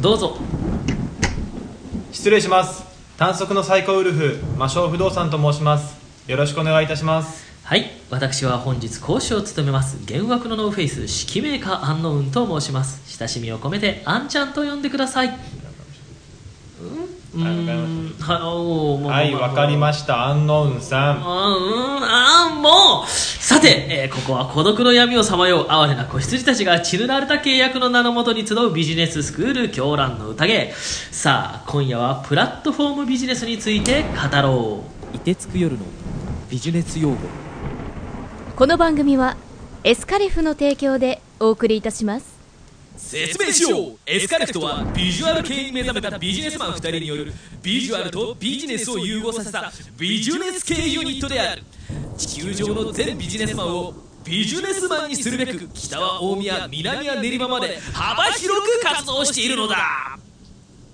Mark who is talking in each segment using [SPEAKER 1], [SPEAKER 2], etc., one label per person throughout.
[SPEAKER 1] どうぞ
[SPEAKER 2] 失礼します短足の最高ウルフ魔性不動産と申しますよろしくお願いいたします
[SPEAKER 1] はい私は本日講師を務めます幻惑のノーフェイス指揮メーカーアンノウンと申します親しみを込めてアンちゃんと呼んでくださいうん
[SPEAKER 2] はいわかり
[SPEAKER 1] うんあおーもう
[SPEAKER 2] はい
[SPEAKER 1] もう
[SPEAKER 2] わかりましたアンノウンさ
[SPEAKER 1] あー
[SPEAKER 2] ん
[SPEAKER 1] うんあーもうさて、えーここは孤独の闇をさまよう哀れな子羊たちが血塗られた契約の名のもとに集うビジネススクール狂乱の宴さあ今夜はプラットフォームビジネスについて語ろう
[SPEAKER 3] 凍てつく夜のビジネス用語
[SPEAKER 4] この番組はエスカリフの提供でお送りいたします
[SPEAKER 5] 説明しようエスカレフトはビジュアル系に目覚めたビジネスマン2人によるビジュアルとビジネスを融合させたビジネス系ユニットである地球上の全ビジネスマンをビジネスマンにするべく北は大宮南は練馬まで幅広く活動しているのだ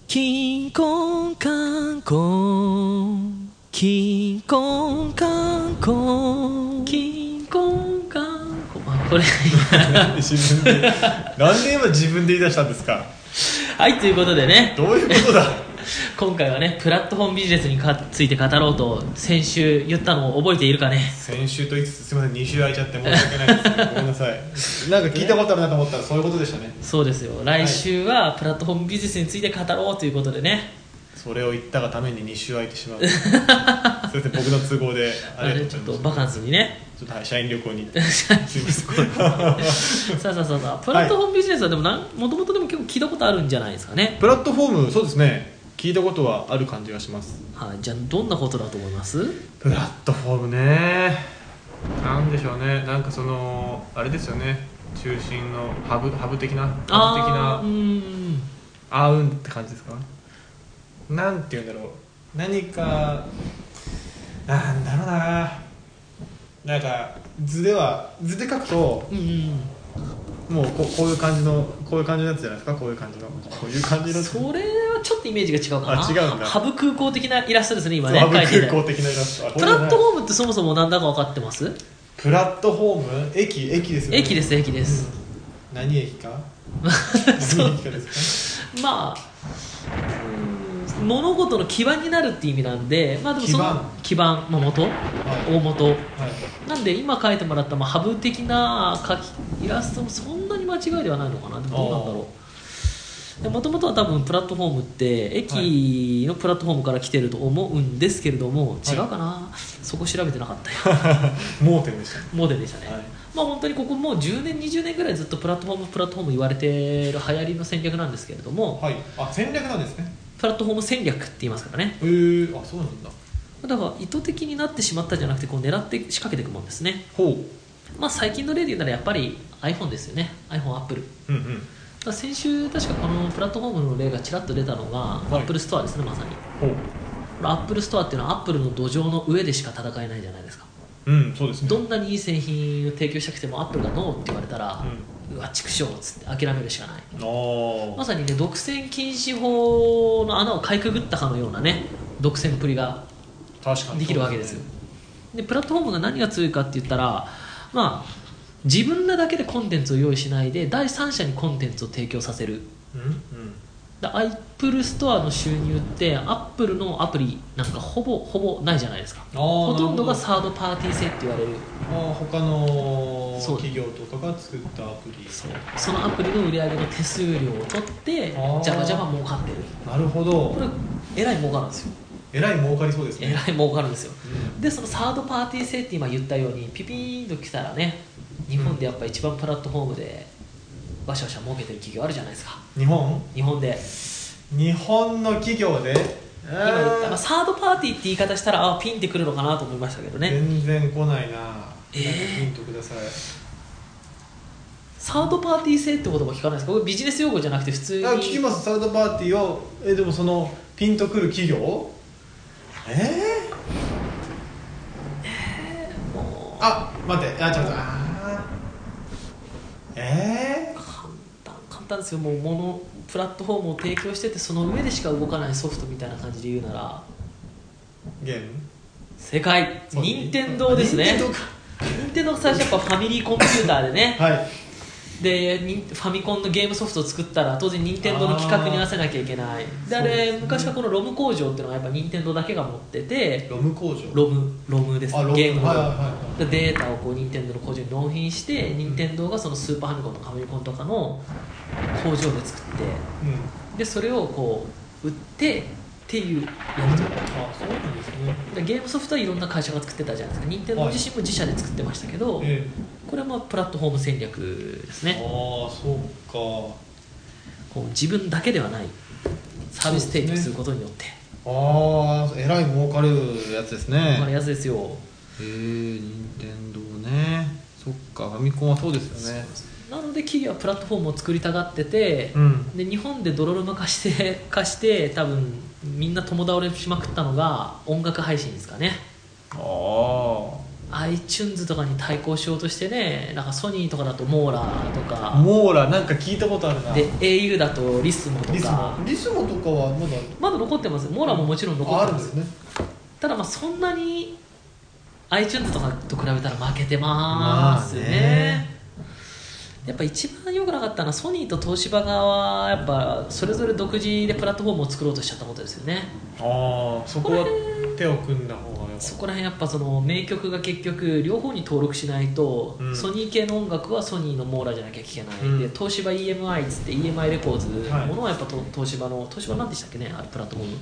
[SPEAKER 3] キンコンカンコンキンコンカンコン
[SPEAKER 1] キンコンカンコンあこれ
[SPEAKER 2] 自分でなんで今自分で言い出したんですか
[SPEAKER 1] はいということでね
[SPEAKER 2] どういうことだ
[SPEAKER 1] 今回はねプラットフォームビジネスにかついて語ろうと先週言ったのを覚えているかね
[SPEAKER 2] 先週と言いつつすみません2週空いちゃって申し訳ないですごめんなさいなんか聞いたことあるなと思ったらそういうことでしたね
[SPEAKER 1] そうですよ来週はプラットフォームビジネスについて語ろうということでね
[SPEAKER 2] それを言ったがために2週空いてし まうすみません僕の都合で
[SPEAKER 1] あれちょっとバカンスにね
[SPEAKER 2] ちょっと はい社員旅行にすいません
[SPEAKER 1] さあさあさあさあプラットフォームビジネスはでももともとでも結構聞いたことあるんじゃないですかね
[SPEAKER 2] プラットフォームそうですね聞いたことはある感じがします
[SPEAKER 1] はい、じゃあどんなことだと思います
[SPEAKER 2] プラットフォームねなんでしょうねなんかそのあれですよね中心のハブハブ的な
[SPEAKER 1] あ
[SPEAKER 2] ハ
[SPEAKER 1] あ
[SPEAKER 2] ブ
[SPEAKER 1] ーう
[SPEAKER 2] 的なんあーうんって感じですかなんて言うんだろう何かなんだろうななんか図では図で書くと
[SPEAKER 1] うんうん
[SPEAKER 2] もうここういう感じのこういう感じのやつじゃないですかこういう感じのこういう感じの
[SPEAKER 1] それはちょっとイメージが違うかな
[SPEAKER 2] あ違うんだ
[SPEAKER 1] ハブ空港的なイラストですね今ね
[SPEAKER 2] ハブ
[SPEAKER 1] 書いて
[SPEAKER 2] 空
[SPEAKER 1] る
[SPEAKER 2] 港的なイラストあこ
[SPEAKER 1] プ
[SPEAKER 2] れじゃ
[SPEAKER 1] ラ
[SPEAKER 2] ない
[SPEAKER 1] ットフォームってそもそも何だか分かってます
[SPEAKER 2] プラットフォーム駅駅ですよね
[SPEAKER 1] 駅です駅です、
[SPEAKER 2] 何駅か
[SPEAKER 1] そう
[SPEAKER 2] 何駅かです
[SPEAKER 1] まあうん物事の基盤になるって意味なんで、まあ、でもその基盤の元、大元
[SPEAKER 2] かはい
[SPEAKER 1] なんで今描いてもらった、まあ、ハブ的な描きイラストもそんなに間違いではないのかなでもどうなんだろうもともとは多分プラットフォームって駅のプラットフォームから来てると思うんですけれども、違うかなそこ調べてなかったよ
[SPEAKER 2] 盲点でしたね
[SPEAKER 1] モデルでしたね、
[SPEAKER 2] はい
[SPEAKER 1] まあ本当にここもう10年20年ぐらいずっとプラットフォームプラットフォーム言われてる流行りの戦略なんですけれども、
[SPEAKER 2] はいあ戦略なんですね
[SPEAKER 1] プラットフォーム戦略って言いますからね
[SPEAKER 2] へえあそうなんだ
[SPEAKER 1] だから意図的になってしまったんじゃなくてこう狙って仕掛けていくもんですね
[SPEAKER 2] ほ
[SPEAKER 1] まあ最近の例で言うならやっぱり iPhone ですよね iPhone アップルだ
[SPEAKER 2] ううんうん
[SPEAKER 1] から先週確かこのプラットフォームの例がちらっと出たのが、
[SPEAKER 2] い
[SPEAKER 1] Apple ストアですねまさにこ
[SPEAKER 2] ほ
[SPEAKER 1] れ Apple ストアっていうのは Apple の土壌の上でしか戦えないじゃないですか
[SPEAKER 2] ううんそうですね
[SPEAKER 1] どんなにいい製品を提供したくても Apple がノーって言われたら、うわ畜生っつって諦めるしかない
[SPEAKER 2] うんあ
[SPEAKER 1] ま
[SPEAKER 2] あ
[SPEAKER 1] さにね独占禁止法の穴をかいくぐったかのようなね独占っぷりが
[SPEAKER 2] 確かに
[SPEAKER 1] できるわけですよでプラットフォームが何が強いかって言ったらまあ自分らだけでコンテンツを用意しないで第三者にコンテンツを提供させる
[SPEAKER 2] うんうん
[SPEAKER 1] だアップルストアの収入ってアップルのアプリなんかほぼほぼないじゃないですか
[SPEAKER 2] あー
[SPEAKER 1] ほとんどが
[SPEAKER 2] なる
[SPEAKER 1] サードパーティー製って言われる
[SPEAKER 2] ほどあー他の
[SPEAKER 1] そう
[SPEAKER 2] 企業とかが作ったアプリ
[SPEAKER 1] そうそのアプリの売り上げの手数料を取って
[SPEAKER 2] あー
[SPEAKER 1] ジャバジャバ儲かってる
[SPEAKER 2] なるほ
[SPEAKER 1] こ
[SPEAKER 2] ど
[SPEAKER 1] れえらい儲かるんですよ
[SPEAKER 2] えらい儲かりそうです
[SPEAKER 1] え
[SPEAKER 2] ね
[SPEAKER 1] らい儲かるんですよ
[SPEAKER 2] うん
[SPEAKER 1] でそのサードパーティー制って今言ったようにピピーンと来たらね日本でやっぱ一番プラットフォームでわしゃわしゃ儲けてる企業あるじゃないですか
[SPEAKER 2] 日本
[SPEAKER 1] 日本で
[SPEAKER 2] 日本の企業で
[SPEAKER 1] 今言った、まあ、サードパーティーって言い方したらあピンってくるのかなと思いましたけどね
[SPEAKER 2] 全然来ない
[SPEAKER 1] えー
[SPEAKER 2] ななんかヒントください
[SPEAKER 1] サードパーティー制って言葉聞かないですかこれビジネス用語じゃなくて普通に
[SPEAKER 2] あ聞きますサードパーティーをえでもそのピンとくる企業えー、
[SPEAKER 1] もう
[SPEAKER 2] あ待ってあちょっとあーえ
[SPEAKER 1] 簡単簡単ですよもうものプラットフォームを提供しててその上でしか動かないソフトみたいな感じで言うなら
[SPEAKER 2] ー、ゲーム
[SPEAKER 1] 正解
[SPEAKER 2] そう
[SPEAKER 1] 任天堂ですね
[SPEAKER 2] 任天堂か
[SPEAKER 1] 任天堂最初やっぱファミリーコンピューターでね
[SPEAKER 2] はい
[SPEAKER 1] でにファミコンのゲームソフトを作ったら当然任天堂の企画に合わせなきゃいけないであ
[SPEAKER 2] そうで
[SPEAKER 1] れ
[SPEAKER 2] すね
[SPEAKER 1] 昔はこのロム工場っていうのがやっぱ任天堂だけが持ってて
[SPEAKER 2] ロム工場
[SPEAKER 1] ロムロムです
[SPEAKER 2] あロム
[SPEAKER 1] ゲームの
[SPEAKER 2] はいはいはい
[SPEAKER 1] でデータをこう任天堂の工場に納品して任天堂がそのスーパーファミコンとかファミコンとかの工場で作って
[SPEAKER 2] うん
[SPEAKER 1] でそれをこう売ってっていうやり取り
[SPEAKER 2] あそうなんですね
[SPEAKER 1] でゲームソフトはいろんな会社が作ってたじゃないですか任天堂自身も自社で作ってましたけど、
[SPEAKER 2] え
[SPEAKER 1] これはまあプラットフォーム戦略です
[SPEAKER 2] え
[SPEAKER 1] ね
[SPEAKER 2] ああそうか
[SPEAKER 1] こう自分だけではないサービス提供することによって、
[SPEAKER 2] ああえらい儲かるやつです
[SPEAKER 1] だから
[SPEAKER 2] ね
[SPEAKER 1] やつですよ
[SPEAKER 2] ええ任天堂ねそっかファミコンはそうですよね
[SPEAKER 1] なので企業はプラットフォームを作りたがってて、
[SPEAKER 2] うん
[SPEAKER 1] で日本でドロルマ化して化して多分みんな共倒れしまくったのが音楽配信ですかね
[SPEAKER 2] ああ
[SPEAKER 1] iTunes とかに対抗しようとしてねなんかソニーとかだとモーラーとか
[SPEAKER 2] モーラなんか聞いたことあるな
[SPEAKER 1] で au だとリスモと
[SPEAKER 2] リス
[SPEAKER 1] か
[SPEAKER 2] モリスモとかはまだ
[SPEAKER 1] まだ残ってますモーラーももちろん残っ
[SPEAKER 2] ああ
[SPEAKER 1] て
[SPEAKER 2] るん
[SPEAKER 1] ま
[SPEAKER 2] ですすね
[SPEAKER 1] ただまあそんなに iTunes とかと比べたら負けてますね,、
[SPEAKER 2] まあね
[SPEAKER 1] やっぱ一番良くなかったのはソニーと東芝側はやっぱそれぞれ独自でプラットフォームを作ろうとしちゃったことですよね
[SPEAKER 2] ああそこは手を組んだ方がよかっ
[SPEAKER 1] そこら辺やっぱその名曲が結局両方に登録しないと、
[SPEAKER 2] うん
[SPEAKER 1] ソニー系の音楽はソニーのモーラじゃなきゃ聴けない、
[SPEAKER 2] うん
[SPEAKER 1] で東芝 EMI っつって EMI レコーズ
[SPEAKER 2] は
[SPEAKER 1] の
[SPEAKER 2] い
[SPEAKER 1] ものはやっぱと東芝の東芝なんでしたっけねあれプラットフォーム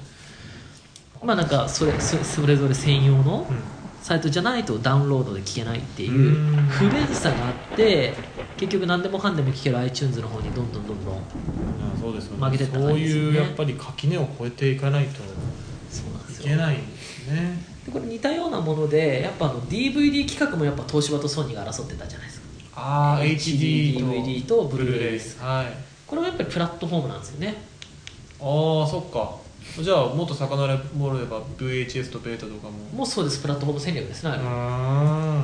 [SPEAKER 1] まあなんかそれそそれぞれ専用の
[SPEAKER 2] た、うん
[SPEAKER 1] サイトじゃないとダウンロードで聴けないっていううん不便さがあって結局何でもかんでも聴ける iTunes の方にどんどんどんどん
[SPEAKER 2] いやそうですよ
[SPEAKER 1] 負けてった感じですよね
[SPEAKER 2] そういうやっぱり垣根を越えていかないと
[SPEAKER 1] そうなんです
[SPEAKER 2] い
[SPEAKER 1] よ
[SPEAKER 2] けないんですね
[SPEAKER 1] でこれ似たようなものでやっぱあの DVD 企画もやっぱ東芝とソニーが争ってたじゃないですか
[SPEAKER 2] ああ
[SPEAKER 1] HD
[SPEAKER 2] HD
[SPEAKER 1] と DVD と
[SPEAKER 2] と
[SPEAKER 1] ブルーレイ
[SPEAKER 2] はい
[SPEAKER 1] これもやっぱりプラットフォームなんですよね
[SPEAKER 2] ああそっかじゃあもっと遡れば VHS とベータとかも
[SPEAKER 1] もうそうですプラットフォーム戦略ですね、あ
[SPEAKER 2] う
[SPEAKER 1] れは
[SPEAKER 2] ーん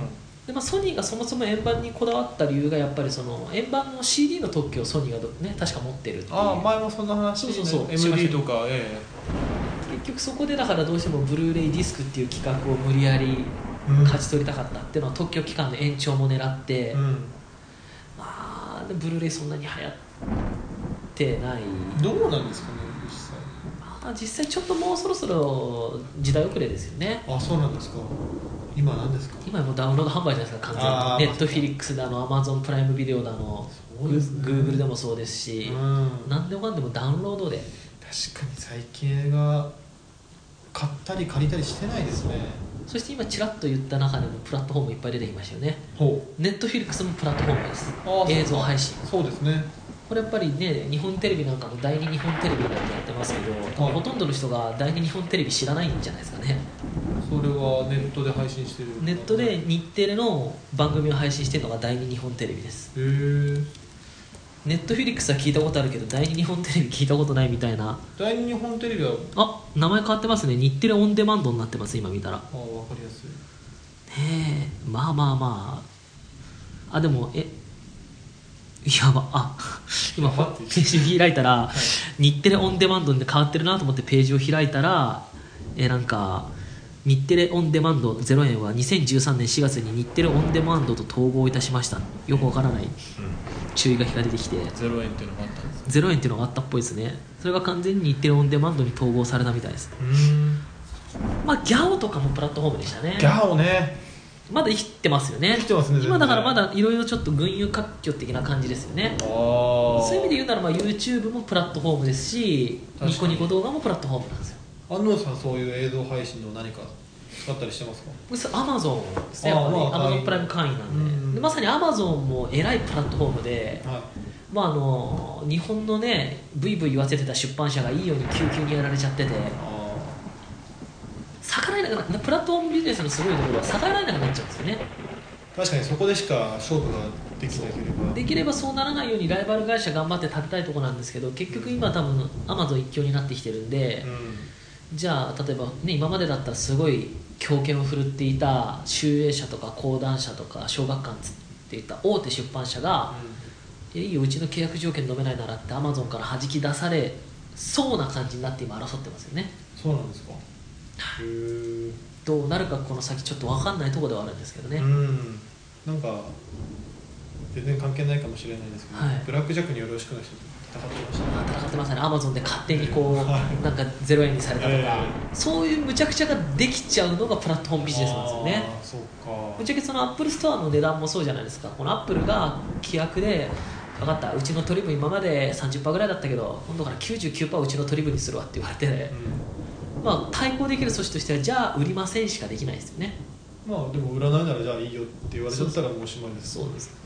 [SPEAKER 1] でまあ、ソニーがそもそも円盤にこだわった理由がやっぱりその円盤の CD の特許をソニーがど、ね、確か持ってるっていう
[SPEAKER 2] ああ前もそんな話、
[SPEAKER 1] そうそうそう
[SPEAKER 2] MD とかえ
[SPEAKER 1] 結局そこでだからどうしてもブルーレイディスクっていう企画を無理やり
[SPEAKER 2] えうん
[SPEAKER 1] 勝ち取りたかったっていうのは特許期間の延長も狙って、
[SPEAKER 2] うん
[SPEAKER 1] まあでブルーレイそんなに流行ってない
[SPEAKER 2] どうなんですかね実際
[SPEAKER 1] まあ実際ちょっともうそろそろ時代遅れですよね
[SPEAKER 2] あそうなんですか今何ですか
[SPEAKER 1] 今もうダウンロード販売じゃないですか完
[SPEAKER 2] あー
[SPEAKER 1] 全にネットフィリックスだのアマゾンプライムビデオだの
[SPEAKER 2] そうですね
[SPEAKER 1] グーグルでもそうですし、
[SPEAKER 2] うん
[SPEAKER 1] 何でもかんでもダウンロードで
[SPEAKER 2] 確かに最近映画買ったり借りたりしてないですね
[SPEAKER 1] そして今ちらっと言った中でもプラットフォームいっぱい出てきましたよね
[SPEAKER 2] ほ
[SPEAKER 1] ネットフィリックスもプラットフォームです
[SPEAKER 2] あー
[SPEAKER 1] 映像配信
[SPEAKER 2] うそうですね
[SPEAKER 1] これやっぱりね日本テレビなんかも第二日本テレビなんてやってますけど、
[SPEAKER 2] い
[SPEAKER 1] ほとんどの人が第二日本テレビ知らないんじゃないですかね
[SPEAKER 2] それはネットで配信してる
[SPEAKER 1] ネットで
[SPEAKER 2] へ
[SPEAKER 1] 日テレの番組を配信してるのが第二日本テレビです
[SPEAKER 2] え
[SPEAKER 1] ネットフィリックスは聞いたことあるけど第二日本テレビ聞いたことないみたいな
[SPEAKER 2] 第二日本テレビは
[SPEAKER 1] あ名前変わってますね日テレオンデマンドになってます今見たらね
[SPEAKER 2] あ分かりやすい
[SPEAKER 1] えまあまあまああでもえやばあ 今
[SPEAKER 2] 待
[SPEAKER 1] ペ
[SPEAKER 2] って
[SPEAKER 1] ージ開いたら、日テレオンデマンドで変わってるなと思ってページを開いたらえなんか日テレオンデマンド0円は2013年4月に日テレオンデマンドと統合いたしましたよくわからない注意書きが出てきて
[SPEAKER 2] ゼロ円っていうのがあったんです
[SPEAKER 1] 0円っていうのがあったっぽいですねそれが完全に日テレオンデマンドに統合されたみたいです
[SPEAKER 2] うん
[SPEAKER 1] まあギャオとかもプラットフォームでしたね
[SPEAKER 2] ギャオね
[SPEAKER 1] まだ生きてますよね
[SPEAKER 2] 生きてますね全然
[SPEAKER 1] 今だからまだいろいろちょっと群雄割拠的な感じですよね
[SPEAKER 2] ああ
[SPEAKER 1] そういう意味で言うならまあ YouTube もプラットフォームですし
[SPEAKER 2] 確かに
[SPEAKER 1] ニコニコ動画もプラットフォームなんですよ
[SPEAKER 2] 安納さんそういう映像配信の何か使ったりしてますか
[SPEAKER 1] アマゾンですね
[SPEAKER 2] あ
[SPEAKER 1] やっぱり
[SPEAKER 2] まあ
[SPEAKER 1] アマゾンプライ
[SPEAKER 2] は
[SPEAKER 1] ム
[SPEAKER 2] い
[SPEAKER 1] 会員な
[SPEAKER 2] うんん
[SPEAKER 1] ででまさにアマゾンもえらいプラットフォームで、
[SPEAKER 2] はい
[SPEAKER 1] まあ、あの日本のねブイブイ言わせてた出版社がいいように急々にやられちゃってて
[SPEAKER 2] あ
[SPEAKER 1] 逆らえなくなってプラットフォームビジネスのすごいところは逆らえなくなっちゃうんですよね
[SPEAKER 2] ー確かにそこでしか勝負ができなければ
[SPEAKER 1] できればそうならないようにライバル会社頑張って立てたいところなんですけど結局今多分アマゾン一強になってきてるんで
[SPEAKER 2] うん、
[SPEAKER 1] じゃあ例えば、ね、今までだったらすごい強権を振るっていた集英社とか講談社とか小学館つっていた大手出版社が「いやいいようちの契約条件飲めないなら」ってアマゾンから弾き出されそうな感じになって今争ってますよね
[SPEAKER 2] そうなんですかへえ
[SPEAKER 1] どうなるかこの先ちょっと分かんないところではあるんですけどね、
[SPEAKER 2] うんなんか全然関係ないかもしれないですけど、
[SPEAKER 1] はい
[SPEAKER 2] ブラック・ジャックによろしくの人と戦ってました
[SPEAKER 1] あ戦ってますねアマゾンで勝手にこう、
[SPEAKER 2] はい
[SPEAKER 1] なんか0円にされたとか、
[SPEAKER 2] え
[SPEAKER 1] そういうむちゃくちゃができちゃうのがプラットフォームビジネスなんですよね
[SPEAKER 2] あーそう
[SPEAKER 1] ぶっ
[SPEAKER 2] か
[SPEAKER 1] ちゃけそのアップルストアの値段もそうじゃないですかこのアップルが規約で分かったうちの取り分今まで30%ぐらいだったけど今度から99%うちの取り分にするわって言われて、まあ、対抗できる措置としてはじゃあ売りませんしかできないですよね
[SPEAKER 2] うん、まあでも売らないならじゃあいいよって言われちゃったらもうおしまいです
[SPEAKER 1] そうです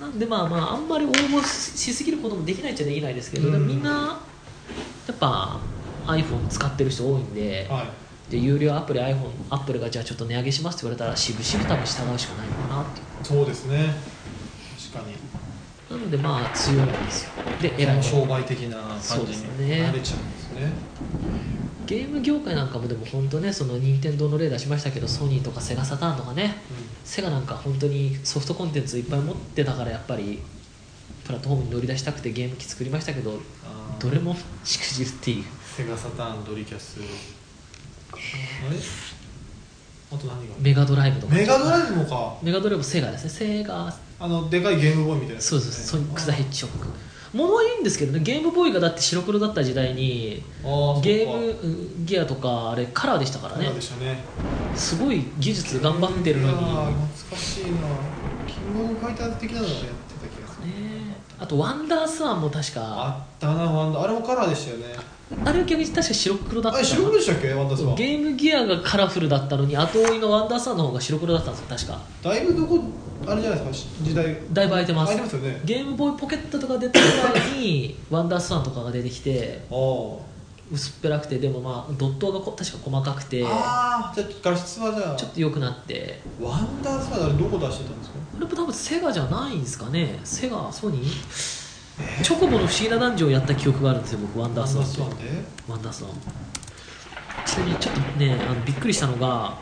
[SPEAKER 1] なんでまあまああんまり応募しすぎることもできないっちゃできないですけど、
[SPEAKER 2] うん
[SPEAKER 1] みんなやっぱ iPhone 使ってる人多いんで、
[SPEAKER 2] はい
[SPEAKER 1] で有料アプリ iPhone アップルがじゃあちょっと値上げしますって言われたら渋々多分従うしかないのかなっていう
[SPEAKER 2] そうですね確かに
[SPEAKER 1] なのでまあ強いんですよで偉い
[SPEAKER 2] その商売的な感じ
[SPEAKER 1] そうですね
[SPEAKER 2] になれちゃうんですね
[SPEAKER 1] ゲーム業界なんかもでも本当ねその任天堂の例出しましたけどソニーとかセガサターンとかねセガなんか本当にソフトコンテンツいっぱい持ってたからやっぱりプラットフォームに乗り出したくてゲーム機作りましたけど
[SPEAKER 2] あー
[SPEAKER 1] どれもしくじるっていう
[SPEAKER 2] セガサターンドリキャスあれあと何が
[SPEAKER 1] メガドライブとか
[SPEAKER 2] メガドライブもか
[SPEAKER 1] メガドライブもセガですねセガ
[SPEAKER 2] あのでかいゲームボーイみたいなやつ
[SPEAKER 1] そうですソニック・ザ・ヘッジホッグものはいいんですけどねゲームボーイがだって白黒だった時代に
[SPEAKER 2] あーそうか
[SPEAKER 1] ゲームうんギアとかあれカラーでしたからね
[SPEAKER 2] そうでしたね
[SPEAKER 1] すごい技術頑張ってるのに
[SPEAKER 2] いやー懐かしいなキングオブファイターズ的なのをやってた気がする
[SPEAKER 1] ねあとワンダースワンも確か
[SPEAKER 2] あったなワンダあれもカラーでしたよね
[SPEAKER 1] あれは逆に確か白黒だっ
[SPEAKER 2] あ
[SPEAKER 1] た
[SPEAKER 2] れ
[SPEAKER 1] な
[SPEAKER 2] 白黒でしたっけワンダースワン
[SPEAKER 1] ゲームギアがカラフルだったのに後追いのワンダースワンの方が白黒だったんですよ確か
[SPEAKER 2] だいぶどこあれじゃないですか時代
[SPEAKER 1] だいぶ空いてます
[SPEAKER 2] 空いてますよね
[SPEAKER 1] ゲームボーイポケットとか出た前にワンダースワンとかが出てきて
[SPEAKER 2] あー
[SPEAKER 1] 薄っぺらくてでもまあドットがこ確か細かくてち
[SPEAKER 2] あーじゃあ画質はじゃあ
[SPEAKER 1] ょっと良くなって
[SPEAKER 2] ワンダースワンあれどこ出してたんですか
[SPEAKER 1] これも多分セガじゃないんですかねセガソニーチョコボの不思議な男女をやった記憶があるんですよ僕ワンダースワンって
[SPEAKER 2] ワンダースワンで
[SPEAKER 1] ワンダースワンちなみにちょっとねあのびっくりしたのが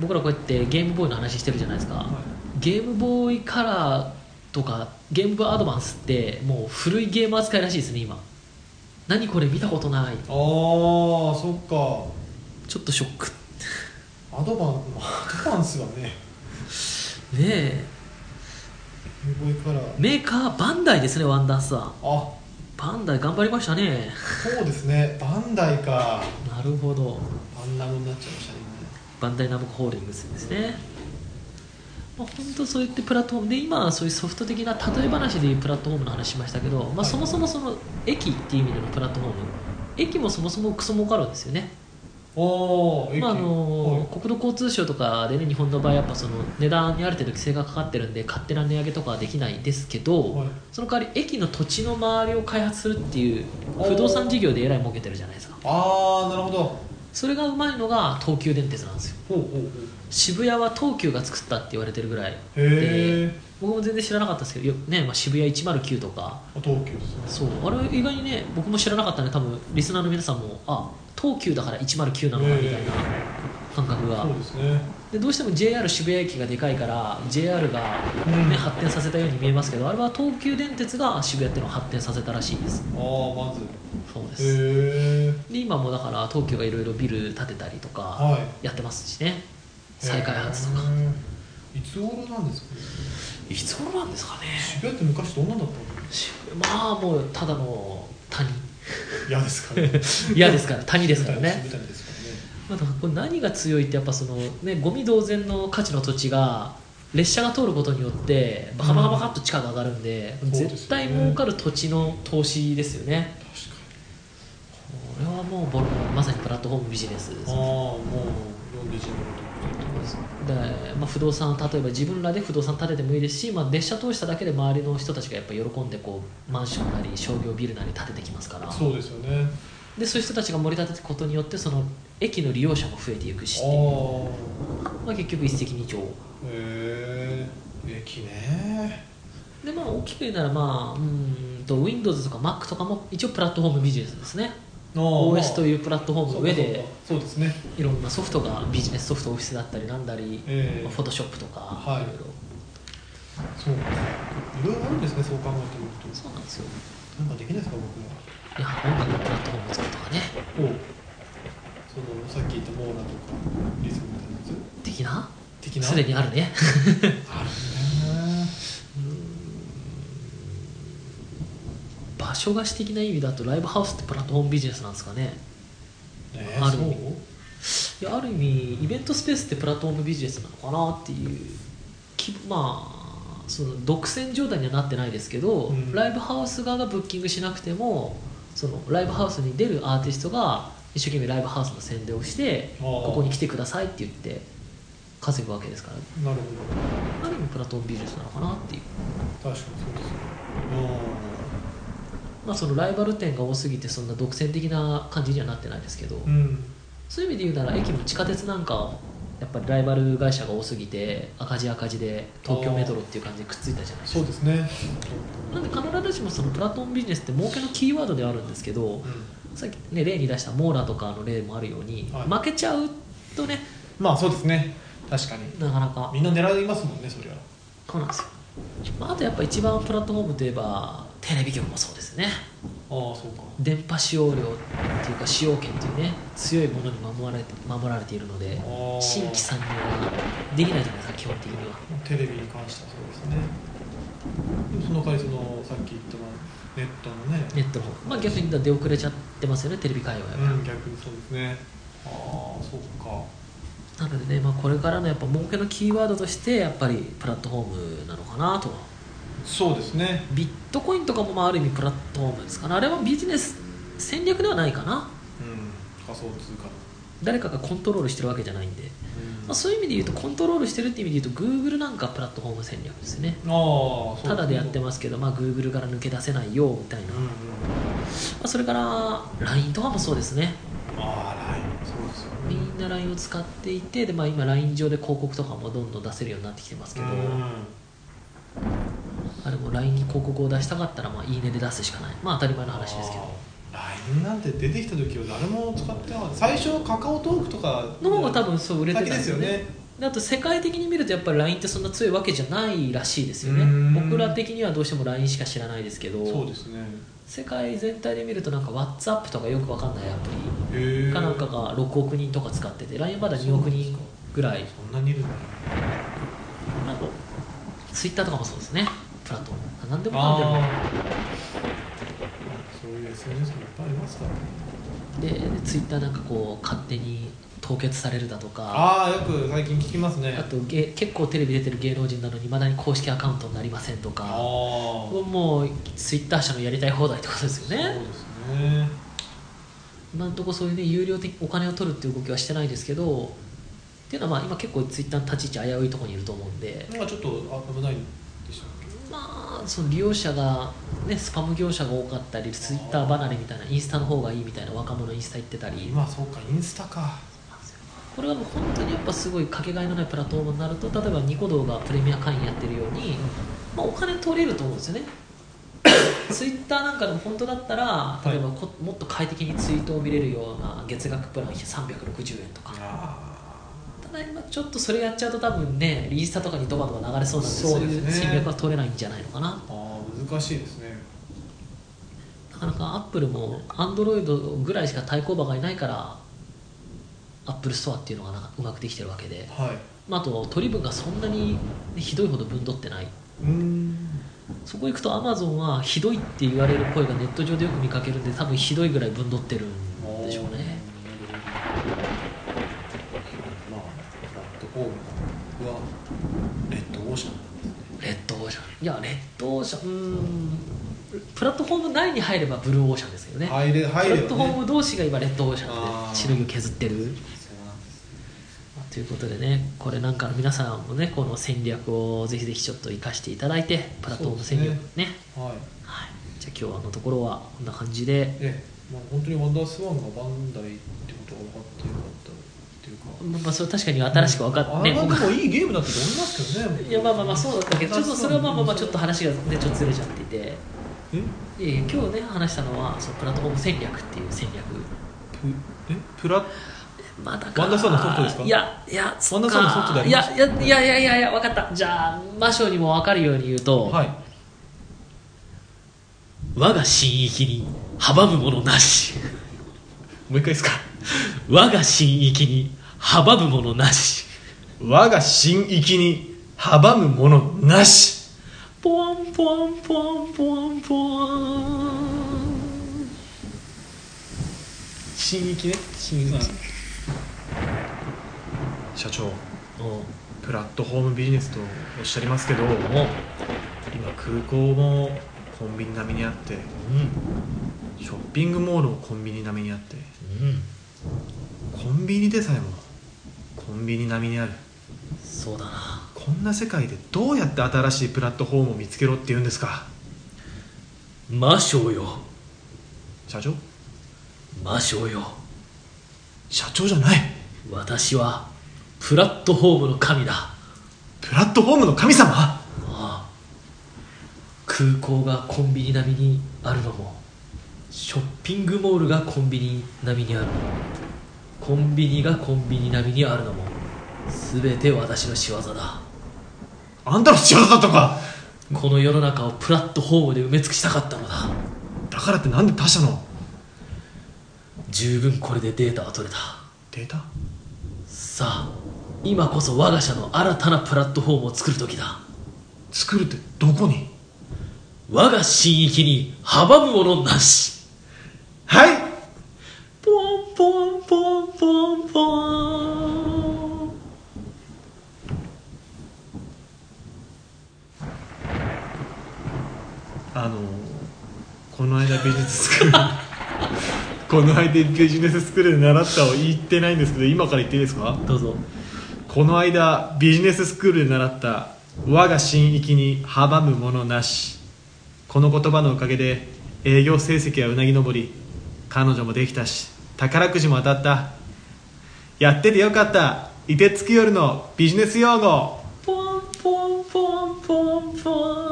[SPEAKER 1] 僕らこうやってゲームボーイの話してるじゃないですか、ゲームボーイカラーとかゲームボーイアドバンスってもう古いゲーム扱いらしいですね今何これ見たことない
[SPEAKER 2] ああそっか
[SPEAKER 1] ちょっとショック
[SPEAKER 2] アドバンアドバンスはね
[SPEAKER 1] ねえ
[SPEAKER 2] ゲームボーイカラー
[SPEAKER 1] メーカーバンダイですねワンダースワン
[SPEAKER 2] あ
[SPEAKER 1] バンダイ頑張りましたね
[SPEAKER 2] そうですねバンダイか
[SPEAKER 1] なるほど
[SPEAKER 2] あんなもんになっちゃいましたね
[SPEAKER 1] バンダイナムコホールディングスですね、まあ、本当そういってプラットフォームで今はそういうソフト的な例え話でいうプラットフォームの話しましたけど、まあ、そもそもその駅っていう意味でのプラットフォーム駅もそもそもクソ儲かるんですよね、
[SPEAKER 2] おー
[SPEAKER 1] まああの
[SPEAKER 2] はい
[SPEAKER 1] 国土交通省とかでね日本の場合やっぱその値段にある程度規制がかかってるんで勝手な値上げとかはできないですけど、
[SPEAKER 2] はい
[SPEAKER 1] その代わり駅の土地の周りを開発するっていう不動産事業でえらい儲けてるじゃないですか
[SPEAKER 2] ああなるほど
[SPEAKER 1] それがうまいのが東急電鉄なんですよ
[SPEAKER 2] ほうほうほう
[SPEAKER 1] 渋谷は東急が作ったって言われてるぐらい
[SPEAKER 2] へ
[SPEAKER 1] で
[SPEAKER 2] え
[SPEAKER 1] 僕も全然知らなかったですけどよ、ねまあ、渋谷109とか
[SPEAKER 2] 東急ですね
[SPEAKER 1] そうあれ意外にね僕も知らなかったんで多分リスナーの皆さんもあ東急だから109なのかみたいな感覚が
[SPEAKER 2] そうですね
[SPEAKER 1] でどうしても JR 渋谷駅がでかいから JR が、ね
[SPEAKER 2] うん
[SPEAKER 1] 発展させたように見えますけどあれは東急電鉄が渋谷っていうのを発展させたらしいです
[SPEAKER 2] ああまず
[SPEAKER 1] そうです、
[SPEAKER 2] へえ
[SPEAKER 1] で今もだから東急がいろいろビル建てたりとか
[SPEAKER 2] は
[SPEAKER 1] やってますしね、再開発とか
[SPEAKER 2] いつ頃なんですかね
[SPEAKER 1] いつ頃なんですかね
[SPEAKER 2] 渋谷って昔どんなんだったの
[SPEAKER 1] まあもうただの谷
[SPEAKER 2] 嫌ですからね
[SPEAKER 1] 嫌ですから谷ですからね
[SPEAKER 2] みたいです
[SPEAKER 1] ま
[SPEAKER 2] からね
[SPEAKER 1] あだからこれ何が強いってやっぱそのねゴミ同然の価値の土地が列車が通ることによってバカバカバカっと地価が上がるんで、
[SPEAKER 2] うん
[SPEAKER 1] 絶対儲かる土地の投資ですよね
[SPEAKER 2] 確かに
[SPEAKER 1] これはもうボロまさにプラットフォームビジネスです
[SPEAKER 2] ああもう読んで自分の
[SPEAKER 1] で、まあ、不動産を例えば自分らで不動産建ててもいいですし、まあ、列車通しただけで周りの人たちがやっぱ喜んでこうマンションなり商業ビルなり建ててきますから
[SPEAKER 2] そうですよね
[SPEAKER 1] でそういう人たちが盛り立てることによってその駅の利用者も増えていくしっていう
[SPEAKER 2] あ
[SPEAKER 1] まあ、結局一石二鳥
[SPEAKER 2] あへえ駅ね
[SPEAKER 1] でまあ大きく言うならまあうーんと Windows とか Mac とかも一応プラットフォームビジネスですね OS と
[SPEAKER 2] う
[SPEAKER 1] いうプラットフォームの上で
[SPEAKER 2] そうですね
[SPEAKER 1] いろんなソフトがビジネスソフトオフィスだったりなんだり、
[SPEAKER 2] ええ
[SPEAKER 1] フォトショップとか、
[SPEAKER 2] はい
[SPEAKER 1] いろいろ
[SPEAKER 2] そうかいろいろあるんですねそう考えてみる
[SPEAKER 1] そうなんですよい
[SPEAKER 2] となんかできないですか僕も
[SPEAKER 1] や音楽のプラットフォームを作るとかね
[SPEAKER 2] おそのさっき言ったモーラとかリズムみたいなやつ
[SPEAKER 1] 的な
[SPEAKER 2] 的な
[SPEAKER 1] すでにあるね
[SPEAKER 2] あるね
[SPEAKER 1] 場所貸し的な意味だとライブハウスってプラットフォームビジネスなんですかね
[SPEAKER 2] えー
[SPEAKER 1] ある
[SPEAKER 2] そう
[SPEAKER 1] いやある意味イベントスペースってプラットフォームビジネスなのかなっていうきまあその独占状態にはなってないですけど、
[SPEAKER 2] うん
[SPEAKER 1] ライブハウス側がブッキングしなくてもそのライブハウスに出るアーティストが一生懸命ライブハウスの宣伝をして
[SPEAKER 2] あー
[SPEAKER 1] ここに来てくださいって言って稼ぐわけですから
[SPEAKER 2] なる
[SPEAKER 1] ある意味プラットフォームビジネスなのかなっていう、
[SPEAKER 2] ほど確かにそうですね
[SPEAKER 1] まあ、そのライバル店が多すぎてそんな独占的な感じにはなってないですけど、
[SPEAKER 2] うんうん
[SPEAKER 1] そういう意味で言うなら駅も地下鉄なんかはやっぱりライバル会社が多すぎて赤字赤字で東京メトロっていう感じでくっついたじゃないです
[SPEAKER 2] そ
[SPEAKER 1] か
[SPEAKER 2] うですね
[SPEAKER 1] なんで必ずしもそのプラットフォームビジネスって儲けのキーワードではあるんですけど
[SPEAKER 2] うん
[SPEAKER 1] さっき、ね、例に出したモーラとかの例もあるように、
[SPEAKER 2] はい
[SPEAKER 1] 負けちゃうとね
[SPEAKER 2] まあそうですね確かに
[SPEAKER 1] なかなか
[SPEAKER 2] みんな狙いますもんねそりゃ
[SPEAKER 1] そうなんですよ、まあ、あとやっぱ一番プラットフォームといえばテレビ局もそうですね
[SPEAKER 2] ああそうか
[SPEAKER 1] 電波使用料っていうか使用権っていうね強いものに守られて守られているので
[SPEAKER 2] おー
[SPEAKER 1] 新規参入ができないじゃないですか基本的には
[SPEAKER 2] テレビに関してはそうですねでもその代わりそのさっき言ったネットのね
[SPEAKER 1] ネットの方まあ逆に出遅れちゃってますよねテレビ界はやっぱ
[SPEAKER 2] うん逆にそうですねああそうか
[SPEAKER 1] なのでね、まあ、これからのやっぱ儲けのキーワードとしてやっぱりプラットフォームなのかなと
[SPEAKER 2] そうですね
[SPEAKER 1] ビットコインとかもまあある意味プラットフォームですかねあれはビジネス戦略ではないかな
[SPEAKER 2] うん仮想通貨の
[SPEAKER 1] 誰かがコントロールしてるわけじゃないんで、
[SPEAKER 2] うん
[SPEAKER 1] まあ、そういう意味で言うとコントロールしてるっていう意味で言うと Google なんかプラットフォーム戦略ですよね
[SPEAKER 2] ああ
[SPEAKER 1] ただでやって
[SPEAKER 2] す
[SPEAKER 1] ますけど、まあ、Google から抜け出せないよみたいな、
[SPEAKER 2] うん
[SPEAKER 1] ま
[SPEAKER 2] うん
[SPEAKER 1] あ、それから LINE とかもそうですね
[SPEAKER 2] ああ LINE そうですよ
[SPEAKER 1] み
[SPEAKER 2] ね
[SPEAKER 1] んな LINE を使っていてで、まあ、今 LINE 上で広告とかもどんどん出せるようになってきてますけど、
[SPEAKER 2] うん
[SPEAKER 1] あれも LINE に広告を出したかったら、まあ、いいねで出すしかないまあ当たり前の話ですけど
[SPEAKER 2] あー LINE なんて出てきた時は誰も使ってなかった最初カカオトークとか
[SPEAKER 1] の方が多分そう売れてたん
[SPEAKER 2] 先ですよね
[SPEAKER 1] であと世界的に見るとやっぱり LINE ってそんな強いわけじゃないらしいですよね
[SPEAKER 2] うん
[SPEAKER 1] 僕ら的にはどうしても LINE しか知らないですけど
[SPEAKER 2] そうですね
[SPEAKER 1] 世界全体で見るとなんか WhatsApp とかよくわかんないアプ
[SPEAKER 2] へ
[SPEAKER 1] リ
[SPEAKER 2] え
[SPEAKER 1] かなんかが6億人とか使ってて LINE まだ2億人ぐらい
[SPEAKER 2] そんなにいるんだ
[SPEAKER 1] なんか Twitter とかもそうですねプラットフォーム何でもかんでも
[SPEAKER 2] ああそういう SNS もいっぱいありますからね
[SPEAKER 1] でツイッターなんかこう勝手に凍結されるだとか
[SPEAKER 2] ああよく最近聞きますね
[SPEAKER 1] あとげ結構テレビ出てる芸能人なのにいまだに公式アカウントになりませんと
[SPEAKER 2] あ
[SPEAKER 1] か
[SPEAKER 2] あ
[SPEAKER 1] これもうツイッター社のやりたい放題ってことですよ
[SPEAKER 2] そう
[SPEAKER 1] ね
[SPEAKER 2] ですね
[SPEAKER 1] 今のところそういうね有料的お金を取るっていう動きはしてないですけどっていうのはまあ今結構ツイッターの立ち位置危ういところにいると思うんで
[SPEAKER 2] なんかちょっとあ危ないんでしたっけ
[SPEAKER 1] まあその利用者がねスパム業者が多かったりツイッター離れみたいなインスタの方がいいみたいな若者インスタ行ってたり
[SPEAKER 2] 今そうかインスタか
[SPEAKER 1] これはもう本当にやっぱすごいかけがえのないプラットフォームになると例えばニコ動がプレミア会員やってるように、まあ、お金取れると思うん ですよねツイッターなんかでも本当だったら例えばこ、もっと快適にツイートを見れるような月額プラン360円とか
[SPEAKER 2] あ
[SPEAKER 1] ただ今ちょっとそれやっちゃうと多分ねインスタとかにドバドバ流れそうなんで
[SPEAKER 2] そうですね
[SPEAKER 1] そういう戦略は取れないんじゃないのかな
[SPEAKER 2] ああー難しいですね
[SPEAKER 1] なかなかアップルもアンドロイドぐらいしか対抗馬がいないからアップルストアっていうのがなんかうまくできてるわけで
[SPEAKER 2] はい
[SPEAKER 1] まあ、あと取り分がそんなにねひどいほど分取ってないう
[SPEAKER 2] ーん
[SPEAKER 1] そこ行くとアマゾンはひどいって言われる声がネット上でよく見かけるんで多分ひどいぐらい分取ってるんでしょうね
[SPEAKER 2] まあプラットフォームはレッドオーシャンなんですね
[SPEAKER 1] レッドオーシャンいやレッドオーシャンうーんプラットフォーム内に入ればブルーオーシャンですよね
[SPEAKER 2] 入れ入れ
[SPEAKER 1] プラットフォー
[SPEAKER 2] ね
[SPEAKER 1] ム同士が今レッドオーシャン
[SPEAKER 2] あ
[SPEAKER 1] で
[SPEAKER 2] ー
[SPEAKER 1] しのぎを削ってる
[SPEAKER 2] そうなんです
[SPEAKER 1] ということでねこれなんかの皆さんもねこの戦略をぜひぜひちょっと生かしていただいてプラットフォーム戦略
[SPEAKER 2] そう
[SPEAKER 1] ね
[SPEAKER 2] ではい
[SPEAKER 1] はい、じゃあ今日はあのところはこんな感じで
[SPEAKER 2] ええまあ本当にワンダースワンがバンダイってことが分かってよかったっていうか
[SPEAKER 1] まあまあ、それ確かに新しく分かって、
[SPEAKER 2] あ
[SPEAKER 1] ね、
[SPEAKER 2] れは
[SPEAKER 1] 僕
[SPEAKER 2] でもいいゲームだったと思いますけどね
[SPEAKER 1] いやまあまあまあそうだったけどちょっとそれはまあまあまあちょっと
[SPEAKER 2] え
[SPEAKER 1] 話がねちょっとずれちゃっていていやいや今日ね話したのはそのプラットフォーム戦略っていう戦略
[SPEAKER 2] プえプラ
[SPEAKER 1] まあだから
[SPEAKER 2] ワンダーサーのソフトですか
[SPEAKER 1] いやいやそっ
[SPEAKER 2] ワンダーサーのソフトであ
[SPEAKER 1] い
[SPEAKER 2] りま
[SPEAKER 1] や
[SPEAKER 2] す
[SPEAKER 1] いやいやいやいやいや分かったじゃあ魔性にも分かるように言うと、
[SPEAKER 2] はい
[SPEAKER 1] 我が神域に阻むものなし
[SPEAKER 2] もう一回ですか
[SPEAKER 1] 我が神域に阻むものなし
[SPEAKER 2] 我が神域に阻むものなし
[SPEAKER 1] ポワンポワンポワンポワンポワン
[SPEAKER 6] 新域ね
[SPEAKER 1] 新一
[SPEAKER 2] 社長
[SPEAKER 1] おう
[SPEAKER 2] プラットフォームビジネスとおっしゃりますけど
[SPEAKER 1] おう
[SPEAKER 2] 今空港もコンビニ並みにあって
[SPEAKER 1] うん
[SPEAKER 2] ショッピングモールもコンビニ並みにあって
[SPEAKER 1] うん
[SPEAKER 2] コンビニでさえもコンビニ並みにある
[SPEAKER 1] そうだな
[SPEAKER 2] こんな世界でどうやって新しいプラットフォームを見つけろって言うんですか
[SPEAKER 1] 魔性よ
[SPEAKER 2] 社長
[SPEAKER 1] 魔性よ
[SPEAKER 2] 社長じゃない
[SPEAKER 1] 私はプラットフォームの神だ
[SPEAKER 2] プラットフォームの神様
[SPEAKER 1] ああ空港がコンビニ並みにあるのもショッピングモールがコンビニ並みにあるのもコンビニがコンビニ並みにあるのも全て私の仕業だ
[SPEAKER 2] あんたの仕業だとか
[SPEAKER 1] この世の中をプラットフォームで埋め尽くしたかったのだ
[SPEAKER 2] だからってなんで他社の
[SPEAKER 1] 十分これでデータは取れた
[SPEAKER 2] データ
[SPEAKER 1] さあ今こそ我が社の新たなプラットフォームを作る時だ
[SPEAKER 2] 作るってどこに
[SPEAKER 1] 我が神域に阻むものなし
[SPEAKER 2] はい
[SPEAKER 1] ポンポンポンポンポン
[SPEAKER 2] あのこの間ビジネススクール この間ビジネススクールで習ったを言ってないんですけど今から言っていいですか
[SPEAKER 1] どうぞ
[SPEAKER 2] この間ビジネススクールで習った我が神域に阻むものなしこの言葉のおかげで営業成績はうなぎ登り彼女もできたし宝くじも当たったやっててよかった凍てつく夜のビジネス用語
[SPEAKER 1] ポンポンポンポンポン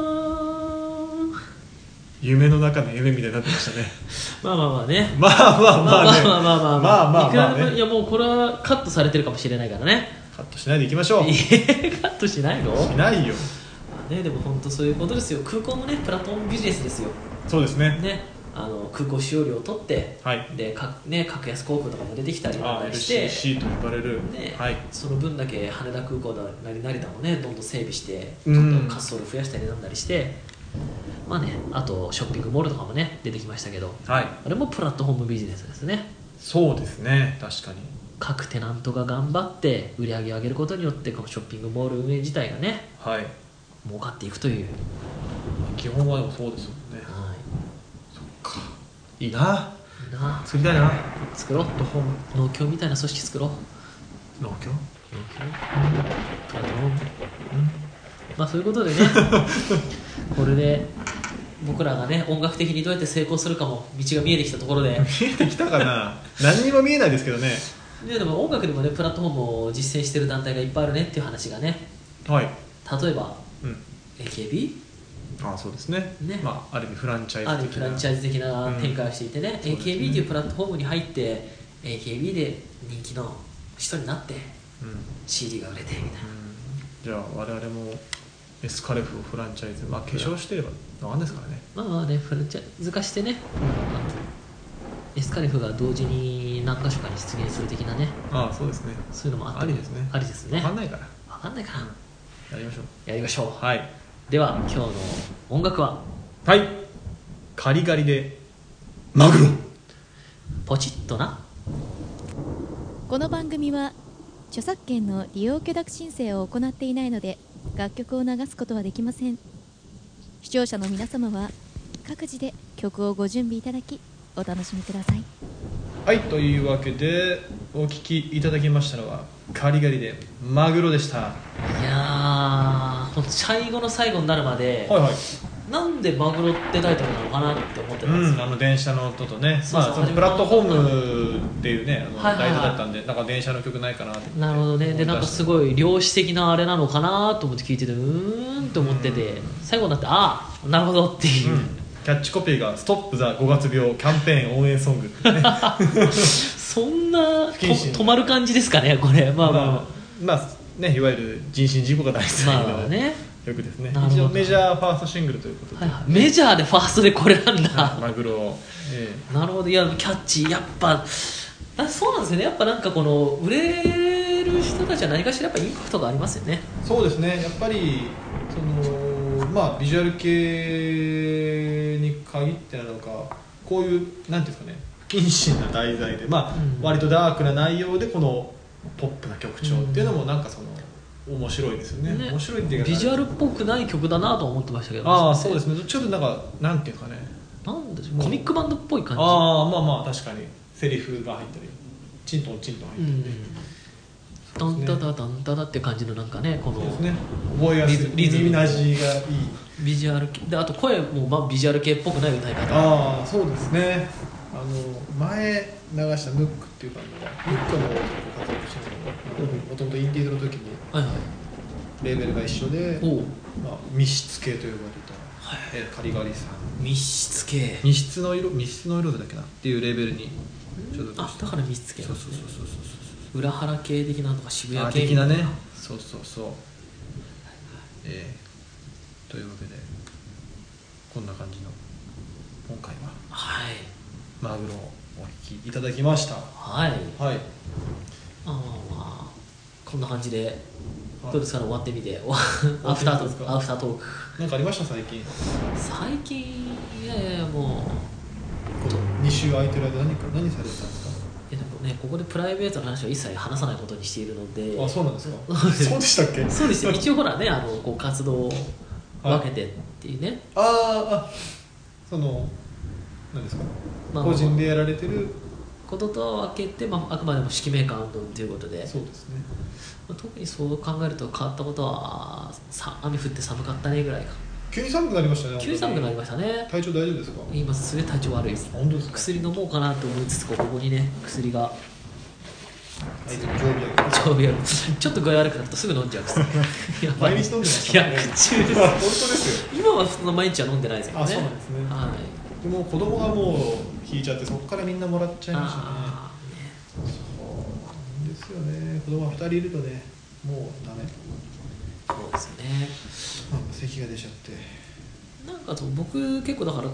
[SPEAKER 2] 夢の中の夢みたいになってましたね
[SPEAKER 1] まあまあまあね
[SPEAKER 2] まあまあ
[SPEAKER 1] まあ
[SPEAKER 2] まあ
[SPEAKER 1] ま
[SPEAKER 2] ね
[SPEAKER 1] あまあまあ
[SPEAKER 2] まあまあ
[SPEAKER 1] いくら
[SPEAKER 2] まあ
[SPEAKER 1] でも
[SPEAKER 2] ね
[SPEAKER 1] いやもうこれはカットされてるかもしれないからね
[SPEAKER 2] カットしないでいきましょう
[SPEAKER 1] いえカットしないの
[SPEAKER 2] しないよ
[SPEAKER 1] ねでも本当そういうことですよ空港もねプラットフォームビジネスですよ
[SPEAKER 2] そうですね
[SPEAKER 1] ねあの空港使用料を取って、
[SPEAKER 2] はい
[SPEAKER 1] でかね格安航空とかも出てきたり
[SPEAKER 2] あ
[SPEAKER 1] なんかりして
[SPEAKER 2] LCC と呼ばれる、
[SPEAKER 1] ね
[SPEAKER 2] はい
[SPEAKER 1] その分だけ羽田空港なり成田もねどんどん整備してち
[SPEAKER 2] う
[SPEAKER 1] ょっと
[SPEAKER 2] ん
[SPEAKER 1] 滑走路増やしたりなんだりして、まあねあとショッピングモールとかもね出てきましたけど
[SPEAKER 2] はい
[SPEAKER 1] あれもプラットフォームビジネスですね
[SPEAKER 2] そうですね確かに
[SPEAKER 1] 各テナントが頑張って売り上げを上げることによってこのショッピングモール運営自体がね
[SPEAKER 2] はい
[SPEAKER 1] 儲かっていくという、
[SPEAKER 2] 基本はでもそうですもんね
[SPEAKER 1] は、
[SPEAKER 2] いいな
[SPEAKER 1] い
[SPEAKER 2] い
[SPEAKER 1] いな
[SPEAKER 2] 作りたいな
[SPEAKER 1] 作ろう
[SPEAKER 2] ホーム
[SPEAKER 1] 農協みたいな組織作ろう
[SPEAKER 2] 農協
[SPEAKER 1] 農協プラットフォームまあそういうことでねこれで僕らがね音楽的にどうやって成功するかも道が見えてきたところで
[SPEAKER 2] 見えてきたかな 何にも見えないですけどね
[SPEAKER 1] ででも音楽でもねプラットフォームを実践してる団体がいっぱいあるねっていう話がね
[SPEAKER 2] はい
[SPEAKER 1] 例えば
[SPEAKER 2] うん
[SPEAKER 1] AKB
[SPEAKER 2] あそうですね
[SPEAKER 1] ね
[SPEAKER 2] まあある意味フランチャイ
[SPEAKER 1] あ
[SPEAKER 2] ズ
[SPEAKER 1] る
[SPEAKER 2] 的
[SPEAKER 1] フ
[SPEAKER 2] な
[SPEAKER 1] ランチャイズ的な展開をしていてね、
[SPEAKER 2] うん
[SPEAKER 1] AKB というプラットフォームに入って AKB で人気の人になって
[SPEAKER 2] うんうん
[SPEAKER 1] CD が売れてみたいな
[SPEAKER 2] じゃあ我々もエスカレフをフランチャイズまあ化粧してればわかんないですからね
[SPEAKER 1] まあまあねフランチャイズ化してね、エスカレフが同時に何か所かに出現する的なね
[SPEAKER 2] ああそうですね
[SPEAKER 1] そういうのもあって
[SPEAKER 2] ありですね
[SPEAKER 1] ありですね
[SPEAKER 2] わかん
[SPEAKER 1] 分
[SPEAKER 2] ないから
[SPEAKER 1] かんないかな
[SPEAKER 2] やりましょう
[SPEAKER 1] やりましょう、
[SPEAKER 2] はい
[SPEAKER 1] では今日の音楽は
[SPEAKER 2] はいカリガリでマグロ
[SPEAKER 1] ポチッとな
[SPEAKER 4] この番組は著作権の利用許諾申請を行っていないので楽曲を流すことはできません視聴者の皆様は各自で曲をご準備いただきお楽しみください
[SPEAKER 2] はいというわけでお聞きいただきましたのはカリガリでマグロでしたはい
[SPEAKER 1] やーほんと最後の最後になるまで、
[SPEAKER 2] いはい
[SPEAKER 1] なんでマグロってタイトルなのかなって思ってたんです
[SPEAKER 2] う
[SPEAKER 1] よ、
[SPEAKER 2] ん、あの電車の音とね
[SPEAKER 1] そうそう
[SPEAKER 2] まあ、そのプラットフォームっていうねあの
[SPEAKER 1] はいはい
[SPEAKER 2] ラ
[SPEAKER 1] はい
[SPEAKER 2] イトだったんでなんか電車の曲ないかなと思って
[SPEAKER 1] なるほどねでなんかすご
[SPEAKER 2] い
[SPEAKER 1] い漁師的なあれなのかなと思って聞いててうーんと思ってて最後になってああなるほどっていう、
[SPEAKER 2] キャッチコピーが「ストップ・ザ・5月病キャンペーン応援ソ ング」ってねまあ
[SPEAKER 1] そんなと
[SPEAKER 2] 不謹慎
[SPEAKER 1] 止まる感じですかねこれまあまあまあ、
[SPEAKER 2] まあねいわゆる人身事故が大好き
[SPEAKER 1] まあ
[SPEAKER 2] な
[SPEAKER 1] ね、
[SPEAKER 2] 曲ですね
[SPEAKER 1] なるほ
[SPEAKER 2] 一
[SPEAKER 1] ど
[SPEAKER 2] 応メジャーファーストシングルということで、
[SPEAKER 1] はいはい、メジャーでファーストでこれなんだ
[SPEAKER 2] マグロを、ええ
[SPEAKER 1] なるほどいやキャッチーやっぱだそうなんですよねやっぱなんかこの売れる人たちは何かしらやっぱインパクトがありますよね
[SPEAKER 2] そうですねやっぱりそのまあビジュアル系に限ってなのかこういうなんていうんですかね謹慎な題材で、まあ割とダークな内容でこのポップな曲調っていうのもなんかその面白いですよね
[SPEAKER 1] ね
[SPEAKER 2] 面白いっていうか
[SPEAKER 1] ビジュアルっぽくない曲だなとは思ってましたけど
[SPEAKER 2] ああそうですねちょっとなんかなんていうかね
[SPEAKER 1] なんでしょうコミックバンドっぽい感じ
[SPEAKER 2] ああまあまあ確かにセリフが入ったりチントンチントン
[SPEAKER 1] う
[SPEAKER 2] 入ったり
[SPEAKER 1] ん
[SPEAKER 2] ね、
[SPEAKER 1] ダンダダダンダダって感じのなんかねこの
[SPEAKER 2] そうですね覚えやすい
[SPEAKER 1] リズム
[SPEAKER 2] 耳なじがいい
[SPEAKER 1] ビジュアル系であと声もまあビジュアル系っぽくない歌い方
[SPEAKER 2] ああそうですねあの前流したムックっていうバンドがムックの活躍してるのがもともとインディーズの時に
[SPEAKER 1] はいはい
[SPEAKER 2] レーベルが一緒で
[SPEAKER 1] お、う
[SPEAKER 2] まあ、密室系と呼ばれた、えーカリガリさん
[SPEAKER 1] 密室系
[SPEAKER 2] 密室の色密室の色だっけなっていうレーベルにちょっと
[SPEAKER 1] あだから密室系
[SPEAKER 2] そうそうそうそうそう
[SPEAKER 1] 裏腹系的なとか渋
[SPEAKER 2] あ
[SPEAKER 1] 谷系
[SPEAKER 2] 的なねそうそうそうええというわけでこんな感じの今回は
[SPEAKER 1] はい
[SPEAKER 2] マグロをお聞きいただきました
[SPEAKER 1] はい
[SPEAKER 2] はい
[SPEAKER 1] あまあまあこんな感じで
[SPEAKER 2] はい
[SPEAKER 1] どうですかね終わってみ てお
[SPEAKER 2] わ
[SPEAKER 1] ア
[SPEAKER 2] って
[SPEAKER 1] フター
[SPEAKER 2] みてど
[SPEAKER 1] ト
[SPEAKER 2] うです
[SPEAKER 1] ー
[SPEAKER 2] か
[SPEAKER 1] クアフタートーク
[SPEAKER 2] 何かありました最近
[SPEAKER 1] 最近いやいやもう
[SPEAKER 2] この2週空いてる間何か何されてたんです
[SPEAKER 1] えでもねここでプライベートの話は一切話さないことにしているので
[SPEAKER 2] かあそうなんですか
[SPEAKER 1] そう
[SPEAKER 2] そうでしたっけ
[SPEAKER 1] そうですよ一応ほらねあのこう活動を分けてっていうね、
[SPEAKER 2] あーあその何ですか、
[SPEAKER 1] まあ
[SPEAKER 2] 個人でやられてる
[SPEAKER 1] こととは分けて、まあ、あくまでも指揮メーカー運動ということで、
[SPEAKER 2] そうですね
[SPEAKER 1] まあ特にそう考えると変わったことはさ雨降って寒かったねぐらいか
[SPEAKER 2] 急に寒くなりましたね
[SPEAKER 1] 急に寒くなりま
[SPEAKER 2] し
[SPEAKER 1] したね
[SPEAKER 2] 体調大丈夫ですか
[SPEAKER 1] 今すげえ体調悪いです
[SPEAKER 2] 本当ですか
[SPEAKER 1] 薬飲もうかなと思いつつこうここにね薬が
[SPEAKER 2] はい常備薬
[SPEAKER 1] 常備薬ちょっと具合悪くなるとすぐ飲んじゃう薬 やばい
[SPEAKER 2] 毎日飲んでます
[SPEAKER 1] い
[SPEAKER 2] から
[SPEAKER 1] や
[SPEAKER 2] ね
[SPEAKER 1] 苦
[SPEAKER 2] 本
[SPEAKER 1] 中
[SPEAKER 2] 当ですよ
[SPEAKER 1] 今はそんな毎日は飲んでないですけどね
[SPEAKER 2] あそうなんですね
[SPEAKER 1] はい
[SPEAKER 2] でも子供がもう引いちゃってそこからみんなもらっちゃいましたね
[SPEAKER 1] あ
[SPEAKER 2] そうですよね子供が2人いるとねもうダメなんか
[SPEAKER 1] ーそうですね
[SPEAKER 2] 咳が出ちゃって
[SPEAKER 1] なんかそう僕結構だから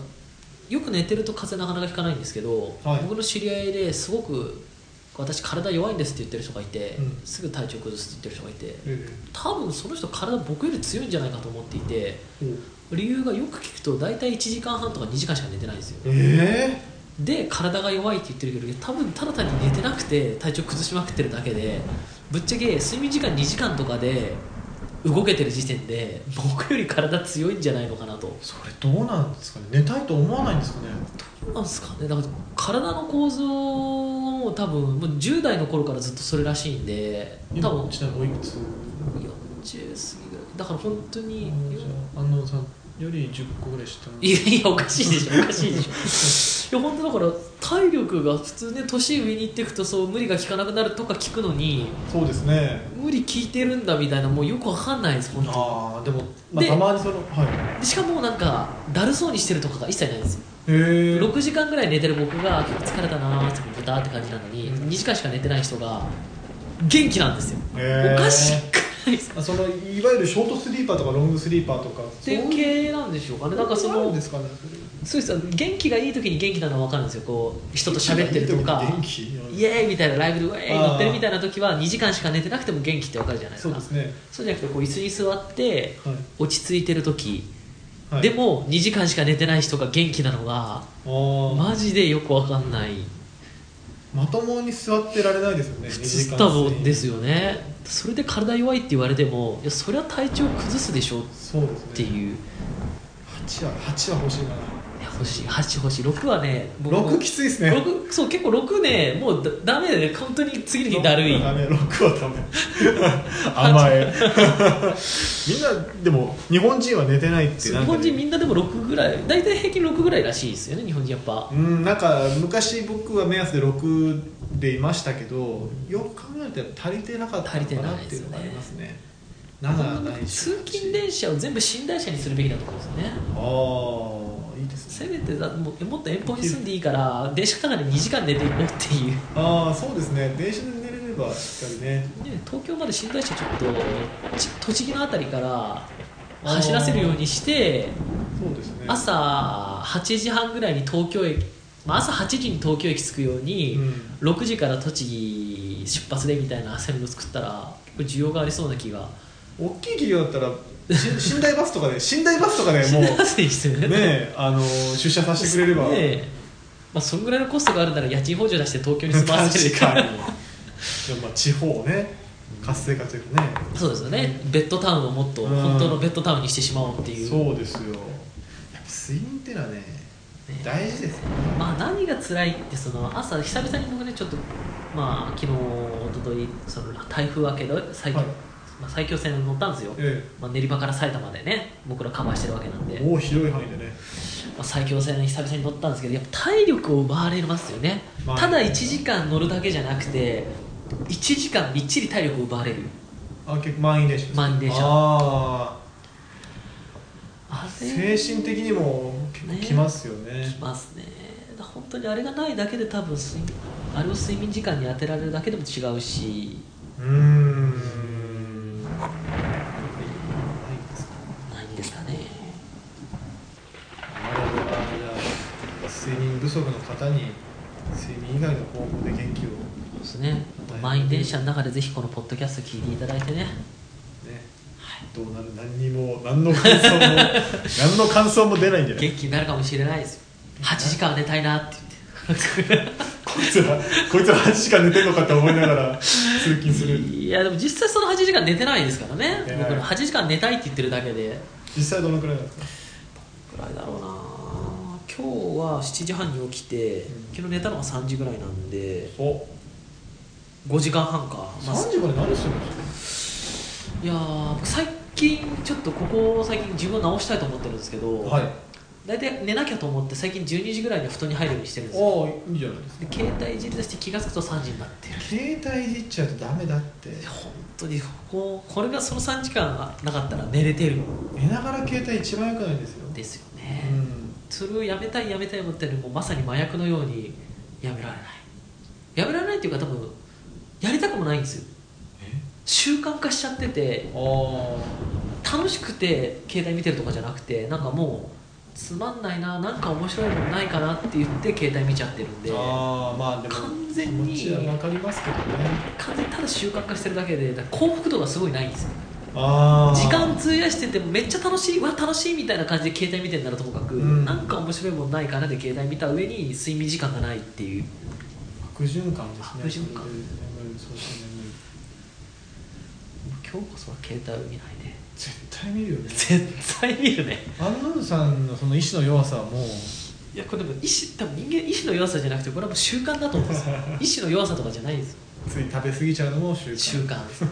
[SPEAKER 1] よく寝てると風邪なかなかひかないんですけど、
[SPEAKER 2] はい
[SPEAKER 1] 僕の知り合いですごく私体弱いんですって言ってる人がいて、
[SPEAKER 2] うん
[SPEAKER 1] すぐ体調崩すって言ってる人がいて、
[SPEAKER 2] え
[SPEAKER 1] 多分その人体僕より強いんじゃないかと思っていて
[SPEAKER 2] え
[SPEAKER 1] 理由がよく聞くと大体1時間半とか2時間しか寝てないんですよ
[SPEAKER 2] え
[SPEAKER 1] で体が弱いって言ってるけど多分ただ単に寝てなくて体調崩しまくってるだけでぶっちゃけ睡眠時間2時間とかで動けてる時点で僕より体強いんじゃないのかなと
[SPEAKER 2] それどうなんですかね寝たいと思わないんですかね
[SPEAKER 1] なんですかねだから体の構造も多分もう10代の頃からずっとそれらしいんで多分
[SPEAKER 2] 今ちなみにおいくつ
[SPEAKER 1] 40過ぎぐらいだから本当に
[SPEAKER 2] 安納さんより10個ぐらい下
[SPEAKER 1] いやいやおかしいでしょおかしいでしょいや本当だから体力が普通ね年上に行っていくとそう無理が効かなくなるとか聞くのに
[SPEAKER 2] そうですね
[SPEAKER 1] 無理効いてるんだみたいなもうよくわかんないです本当
[SPEAKER 2] ああでも、まあ、
[SPEAKER 1] で
[SPEAKER 2] たまにそのはい
[SPEAKER 1] にでしかもなんかだるそうにしてるとかが一切ないんですよ
[SPEAKER 2] ええ
[SPEAKER 1] 6時間ぐらい寝てる僕が結構疲れたなーってブターって感じなのに、
[SPEAKER 2] う
[SPEAKER 1] 2
[SPEAKER 2] ん
[SPEAKER 1] 時間しか寝てない人が元気なんですよ、
[SPEAKER 2] へー
[SPEAKER 1] おかしくないですか
[SPEAKER 2] そのいわゆるショートスリーパーとかロングスリーパーとかっ
[SPEAKER 1] っていう系なんでしょうかねなんかそ
[SPEAKER 2] そういう
[SPEAKER 1] の
[SPEAKER 2] のですかね
[SPEAKER 1] そうですよ元気がいい時に元気なのは分かるんですよこう人と喋ってるとか
[SPEAKER 2] 元気
[SPEAKER 1] イエーイみたいなライブでウェーイ
[SPEAKER 2] あー
[SPEAKER 1] 乗ってるみたいな時は2時間しか寝てなくても元気って分かるじゃないで
[SPEAKER 2] そ
[SPEAKER 1] す
[SPEAKER 2] う
[SPEAKER 1] か
[SPEAKER 2] ですね
[SPEAKER 1] そうじゃなくてこう椅子に座って
[SPEAKER 2] はい
[SPEAKER 1] 落ち着いてる時、
[SPEAKER 2] はい
[SPEAKER 1] でも2時間しか寝てない人が元気なのが
[SPEAKER 2] ああ
[SPEAKER 1] マジでよく分かんない
[SPEAKER 2] まともに座ってられないですよね
[SPEAKER 1] 普通スタボで
[SPEAKER 2] よ
[SPEAKER 1] すよねそれで体弱いって言われてもいやそりゃ体調崩すでしょっ
[SPEAKER 2] そうですね
[SPEAKER 1] ていう
[SPEAKER 2] 8は8は欲しいかない
[SPEAKER 1] や欲しい8欲しい6はね僕も
[SPEAKER 2] 6きついですね
[SPEAKER 1] 六そう結構6ねもうだダメでね本当に次の日だるい
[SPEAKER 2] 6はダメ6はダメ 甘え みんなでも日本人は寝てないって
[SPEAKER 1] 日
[SPEAKER 2] なんか
[SPEAKER 1] 本
[SPEAKER 2] ね
[SPEAKER 1] 人みんなでも6ぐらい大体平均6ぐらいらしいですよね日本人やっぱ
[SPEAKER 2] うんなんか昔僕は目安で6でいましたけどよく考えるとやっぱ足りてなかったのかなっていうのがありますね7ないし
[SPEAKER 1] 通勤電車を全部寝台車にするべきだと思うんですよね
[SPEAKER 2] ああいいです
[SPEAKER 1] せめ
[SPEAKER 2] ね
[SPEAKER 1] てだもうもっと遠方に住んでいいから電車の中で2時間寝ていこうっていう、ね、
[SPEAKER 2] ああそうですね電車で寝れればしっかりね
[SPEAKER 1] 東京まで寝台車ちょっとち栃木の辺りから走らせるようにして
[SPEAKER 2] そうですね
[SPEAKER 1] 朝8時半ぐらいに東京駅、まあ、朝8時に東京駅着くように、
[SPEAKER 2] うん
[SPEAKER 1] 6時から栃木出発でみたいな線路作ったら結構需要がありそうな気が
[SPEAKER 2] 大きい企業だったらし 寝台バ スとかで寝台バスとかでもう
[SPEAKER 1] しますね
[SPEAKER 2] ねあの出社させてくれれば
[SPEAKER 1] ねえまあ、そんぐらいのコストがあるなら家賃補助出して東京に
[SPEAKER 2] 確
[SPEAKER 1] 住ま
[SPEAKER 2] か
[SPEAKER 1] わ
[SPEAKER 2] に
[SPEAKER 1] せてるから
[SPEAKER 2] でもまあ地方ね活性化というかね、
[SPEAKER 1] そうですよねベッドタウンをもっと
[SPEAKER 2] うん
[SPEAKER 1] 本当のベッドタウンにしてしまおうっていう、
[SPEAKER 2] そうですよやっぱ睡眠っていうのはね
[SPEAKER 1] ね
[SPEAKER 2] 大事ですよ
[SPEAKER 1] まあ、何が辛いってその朝久々に僕ねちょっとまあ昨日一昨日その台風明けで最強、
[SPEAKER 2] はい
[SPEAKER 1] まあ、最強線乗ったんですよ、
[SPEAKER 2] え
[SPEAKER 1] まあ、練馬から埼玉でね僕らカバーしてるわけなんで、
[SPEAKER 2] え
[SPEAKER 1] ま
[SPEAKER 2] もう広い範囲でね
[SPEAKER 1] あ、最強線久々に乗ったんですけどやっぱ体力を奪われますよね、
[SPEAKER 2] まあ
[SPEAKER 1] ただ1時間乗るだけじゃなくて1時間みっちり体力を奪われる
[SPEAKER 2] あ結構満員電車です
[SPEAKER 1] 満員電車
[SPEAKER 2] あ
[SPEAKER 1] あ
[SPEAKER 2] あ
[SPEAKER 1] れ
[SPEAKER 2] 精神的にも結構きますよね
[SPEAKER 1] きますね本当にあれがないだけで多分睡眠あれを睡眠時間に当てられるだけでも違うし
[SPEAKER 2] うーん
[SPEAKER 1] ないんですかね
[SPEAKER 2] なるほどじゃあ睡眠不足の方に睡眠以外の方法で元気を
[SPEAKER 1] そうですね
[SPEAKER 2] はい
[SPEAKER 1] 満員電車の中でぜひこのポッドキャスト聞いていただいてね
[SPEAKER 2] ね、どうなる何にも何の感想も何の感想も出ないんじ ゃない
[SPEAKER 1] 元気になるかもしれないですよ8時間は寝たいなって言って
[SPEAKER 2] こいつら こいつら8時間寝てんのかって思いながら 通勤する
[SPEAKER 1] いやでも実際その8時間寝てないですからね
[SPEAKER 2] 寝てない
[SPEAKER 1] 僕の8時間寝たいって言ってるだけで
[SPEAKER 2] 実際どのくらいなんですか
[SPEAKER 1] ぐらいだろうな今日は7時半に起きて
[SPEAKER 2] うん
[SPEAKER 1] 昨日寝たのが3時ぐらいなんで
[SPEAKER 2] お
[SPEAKER 1] 5時間半か、まあ
[SPEAKER 2] 3時まで何するんですか
[SPEAKER 1] いやー僕最近ちょっとここ最近自分を直したいと思ってるんですけど、
[SPEAKER 2] はい
[SPEAKER 1] 大体寝なきゃと思って最近12時ぐらいに布団に入るようにしてるんですよ
[SPEAKER 2] おーいいじゃないですか
[SPEAKER 1] で携帯いじり出して気が付くと3時になってる
[SPEAKER 2] 携帯いじっちゃうとダメだって
[SPEAKER 1] 本当にこうこれがその3時間がなかったら寝れてるん
[SPEAKER 2] 寝ながら携帯一番良くないですよ
[SPEAKER 1] ですよ
[SPEAKER 2] う
[SPEAKER 1] ね、
[SPEAKER 2] ん
[SPEAKER 1] それをやめたいやめたい思ってるのもうまさに麻薬のようにやめられないやめられないっていうか多分やりたくもないんですよ習慣化しちゃってて
[SPEAKER 2] あー
[SPEAKER 1] 楽しくて携帯見てるとかじゃなくてなんかもうつまんないななんか面白いものないかなって言って携帯見ちゃってるんで
[SPEAKER 2] あーまあでも
[SPEAKER 1] 完全に
[SPEAKER 2] 気持ちは分かりますけどね
[SPEAKER 1] 完全にただ習慣化してるだけでだから幸福度がすごいないんですよ
[SPEAKER 2] ああ
[SPEAKER 1] 時間費やしててもめっちゃ楽しいわ楽しいみたいな感じで携帯見てるならともかく、
[SPEAKER 2] うん
[SPEAKER 1] なんか面白いもんないかなで携帯見た上に睡眠時間がないっていう
[SPEAKER 2] 悪循環ですね
[SPEAKER 1] 悪循環
[SPEAKER 2] 眠るそうそう眠る
[SPEAKER 1] 今日こそは携帯を見ないで
[SPEAKER 2] 絶対見るよね
[SPEAKER 1] 絶対見るね
[SPEAKER 2] アンノンさんのその意志の弱さはもう
[SPEAKER 1] いやこれでも意志多分人間意志の弱さじゃなくてこれはもう習慣だと思うんですよ意志の弱さとかじゃないんですよ
[SPEAKER 2] つい食べ過ぎちゃうのも習慣
[SPEAKER 1] 習慣ですこ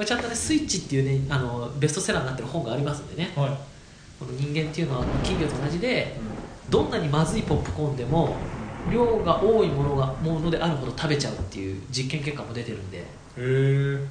[SPEAKER 1] れちゃんとね「スイッチ」っていうねあのベストセラーになってる本がありますんでね
[SPEAKER 2] はい、
[SPEAKER 1] この人間っていうのは企業と同じでどんなにまずいポップコーンでも量が多いものがものであるほど食べちゃうっていう実験結果も出てるんで
[SPEAKER 2] へ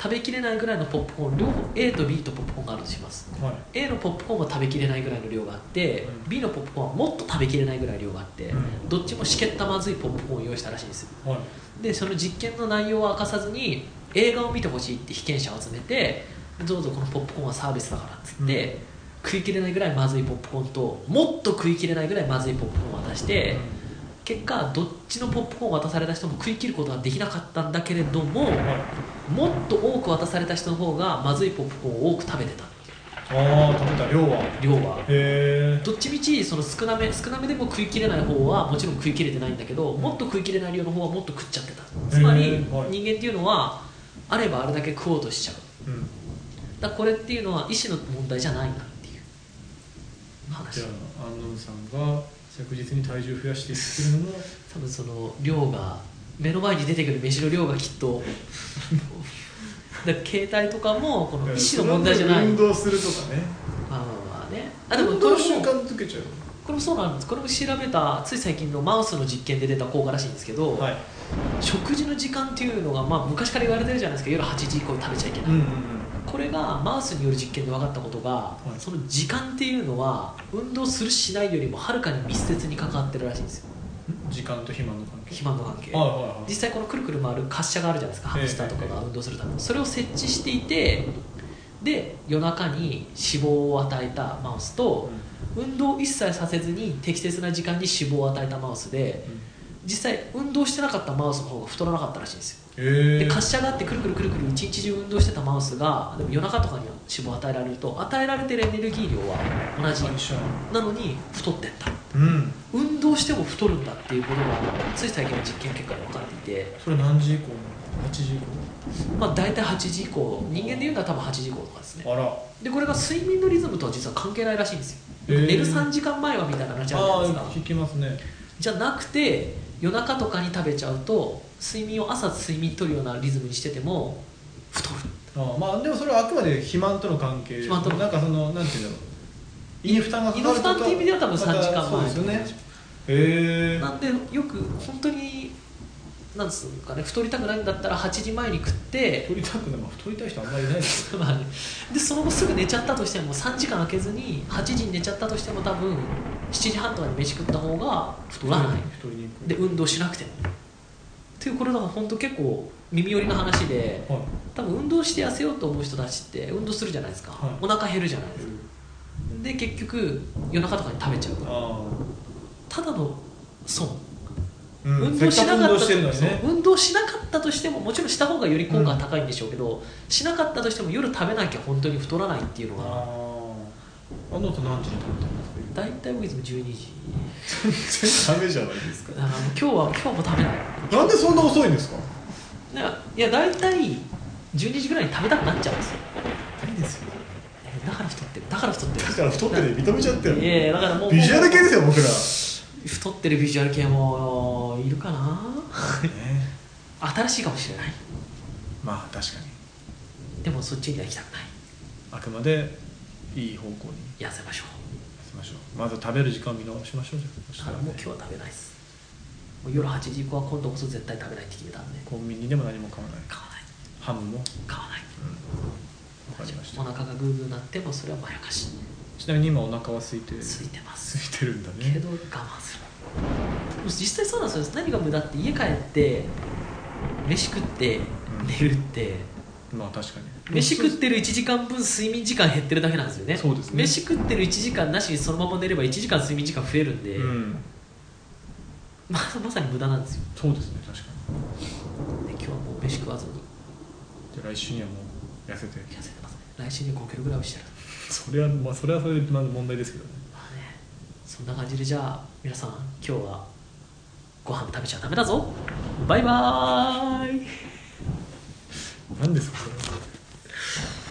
[SPEAKER 1] 食べきれないぐらいのポップコーン両方 A と B とポップコーンがあるとします
[SPEAKER 2] えはい
[SPEAKER 1] A のポップコーンは食べきれないぐらいの量があって、
[SPEAKER 2] うん
[SPEAKER 1] B のポップコーンはもっと食べきれないぐらい量があって、
[SPEAKER 2] うん
[SPEAKER 1] どっちもしけったまずいポップコーンを用意したらしいんですよ
[SPEAKER 2] はい
[SPEAKER 1] でその実験の内容は明かさずに映画を見てほしいって被験者を集めてどうぞこのポップコーンはサービスだからっつって、食いきれないぐらいまずいポップコーンともっと食いきれないぐらいまずいポップコーンを渡して結果どっちのポップコーンを渡された人も食い切ることができなかったんだけれどももっと多く渡された人の方がまずいポップコーンを多く食べてた
[SPEAKER 2] ああ食べた量は
[SPEAKER 1] 量は
[SPEAKER 2] へえ
[SPEAKER 1] どっちみちその少なめ少なめでも食い切れない方はもちろん食い切れてないんだけどもっと食い切れない量の方はもっと食っちゃってたつまり人間
[SPEAKER 2] はい
[SPEAKER 1] っていうのはあればあれだけ食おうとしちゃう
[SPEAKER 2] うん
[SPEAKER 1] だからこれっていうのは意思の問題じゃないなっていう
[SPEAKER 2] じ
[SPEAKER 1] 話
[SPEAKER 2] ゃあアンノンさんが着実に体重増やしていってるのも
[SPEAKER 1] 多分その量が目の前に出てくる飯の量がきっ とだから携帯とかもこの意思の問題じゃない
[SPEAKER 2] 運動するとかね
[SPEAKER 1] まあまあまあねあでも
[SPEAKER 2] 運
[SPEAKER 1] これも
[SPEAKER 2] 動習慣づけちゃう
[SPEAKER 1] これもそうなんですこれも調べたつい最近のマウスの実験で出た効果らしいんですけど、
[SPEAKER 2] はい
[SPEAKER 1] 食事の時間っていうのが、まあ、昔から言われてるじゃないですか夜8時以降に食べちゃいけない、
[SPEAKER 2] うんうん
[SPEAKER 1] これがマウスによる実験で分かったことが、
[SPEAKER 2] い
[SPEAKER 1] その時間っていうのは運動するしないよりもはるかに密接に関わってるらしいんですよ
[SPEAKER 2] うん時間と肥満の関係
[SPEAKER 1] 肥満の関係、
[SPEAKER 2] はいはいはい
[SPEAKER 1] 実際このくるくる回る滑車があるじゃないですか
[SPEAKER 2] え
[SPEAKER 1] ハ
[SPEAKER 2] え
[SPEAKER 1] ムスターとかが運動するためのそれを設置していてで夜中に脂肪を与えたマウスと、運動を一切させずに適切な時間に脂肪を与えたマウスで
[SPEAKER 2] うん
[SPEAKER 1] 実際運動してなかったマウスの方が太らなかったらしいんですよ
[SPEAKER 2] へ
[SPEAKER 1] で
[SPEAKER 2] え
[SPEAKER 1] 滑車があってくるくるくるくる一日中運動してたマウスがでも夜中とかには脂肪を与えられると与えられてるエネルギー量は同じ
[SPEAKER 2] 一緒
[SPEAKER 1] なのに太ってった
[SPEAKER 2] うん
[SPEAKER 1] 運動しても太るんだっていうことがつい最近の実験結果で分かっていて、
[SPEAKER 2] それ何時以降なの8時以
[SPEAKER 1] まあ、大体8時以降人間で言うのは多分8時以降とかですね
[SPEAKER 2] 降あら
[SPEAKER 1] でこれが睡眠のリズムとは実は関係ないらしいんですよ、
[SPEAKER 2] へー
[SPEAKER 1] 寝る3時間前はみたいな話あるじゃないですか
[SPEAKER 2] ああ聞きますね
[SPEAKER 1] じゃなくて夜中とかに食べちゃうと睡眠を朝睡眠取るようなリズムにしてても太る
[SPEAKER 2] ああまあでもそれはあくまで肥満との関係
[SPEAKER 1] 肥満との
[SPEAKER 2] なんかそのなんていうんだろう胃に負担がかかるとか
[SPEAKER 1] 胃の負担っていう意味では多分
[SPEAKER 2] また
[SPEAKER 1] 3時間前
[SPEAKER 2] そうですよねへえ
[SPEAKER 1] なんでよく本当になんつうのかね太りたくないんだったら8時前に食って
[SPEAKER 2] 太りたくないまあ太りたい人あんまりいないですよ
[SPEAKER 1] まあねでその後すぐ寝ちゃったとしても3時間空けずに8時に寝ちゃったとしても多分7時半とかに飯食った方が太らない
[SPEAKER 2] 太りにくい
[SPEAKER 1] で運動しなくてもっていうこれだから本当結構耳寄りな話で
[SPEAKER 2] はい
[SPEAKER 1] 多分運動して痩せようと思う人たちって運動するじゃないですか、
[SPEAKER 2] はい
[SPEAKER 1] お腹減るじゃないですかで結局夜中とかに食べちゃうから
[SPEAKER 2] あ
[SPEAKER 1] ただの損
[SPEAKER 2] あ、うん、
[SPEAKER 1] 運動しなかったと
[SPEAKER 2] せっかく運動してるのにね
[SPEAKER 1] そう運動しなかったとしてももちろんした方がより効果は高いんでしょうけど、しなかったとしても夜食べなきゃ本当に太らないっていうのが
[SPEAKER 2] ああのと何時に食べたんです
[SPEAKER 1] 大体僕いつも12時
[SPEAKER 2] か全然ダメじゃないですか
[SPEAKER 1] だからもう今日は今日も食べない
[SPEAKER 2] なんでそんな遅いんですか
[SPEAKER 1] だからいや大体12時ぐらいに食べたくなっちゃうんですよ
[SPEAKER 2] ないですよ
[SPEAKER 1] えだから太ってるだから太ってる
[SPEAKER 2] だから太ってる認めちゃって
[SPEAKER 1] いやいやだからもう
[SPEAKER 2] ビジュアル系ですよ僕ら
[SPEAKER 1] 太ってるビジュアル系もいるかな新しいかもしれない
[SPEAKER 2] まあ確かに
[SPEAKER 1] でもそっちには行きたくない
[SPEAKER 2] あくまでいい方向に
[SPEAKER 1] 痩せましょ
[SPEAKER 2] しましょうまず食べる時間を見直しましょうじ
[SPEAKER 1] う
[SPEAKER 2] ゃ
[SPEAKER 1] だ
[SPEAKER 2] あ
[SPEAKER 1] からもう今日は食べないですもう夜8時以降は今度こそ絶対食べないって決めたんで
[SPEAKER 2] コンビニでも何も買わない
[SPEAKER 1] 買わない
[SPEAKER 2] ハムも
[SPEAKER 1] 買わない
[SPEAKER 2] 分かりまし
[SPEAKER 1] お
[SPEAKER 2] た
[SPEAKER 1] 腹がグーグーなってもそれはまやかし
[SPEAKER 2] ちなみに今お腹は空いて
[SPEAKER 1] つ
[SPEAKER 2] 空
[SPEAKER 1] いてます
[SPEAKER 2] いてるんだ
[SPEAKER 1] け
[SPEAKER 2] ね
[SPEAKER 1] ど我慢するでも実際そうなんですよ何が無駄って家帰って飯食って
[SPEAKER 2] うん
[SPEAKER 1] 寝るって、
[SPEAKER 2] まあ確かに
[SPEAKER 1] 飯食ってる1時間分睡眠時間減ってるだけなんですよね
[SPEAKER 2] そうですね
[SPEAKER 1] 飯食ってる1時間なしにそのまま寝れば1時間睡眠時間増えるんで、
[SPEAKER 2] うん
[SPEAKER 1] まあまさに無駄なんですよ
[SPEAKER 2] そうですね確かに
[SPEAKER 1] で今日はもう飯食わずに
[SPEAKER 2] じゃあ来週にはもう痩せて
[SPEAKER 1] 痩せてますね来週に5キロぐらい落ちてる
[SPEAKER 2] それはまあそれはそれでまあ問題ですけどね
[SPEAKER 1] まあねそんな感じでじゃあ皆さん今日はご飯食べちゃダメだぞバイバーイ
[SPEAKER 2] 何ですかそれは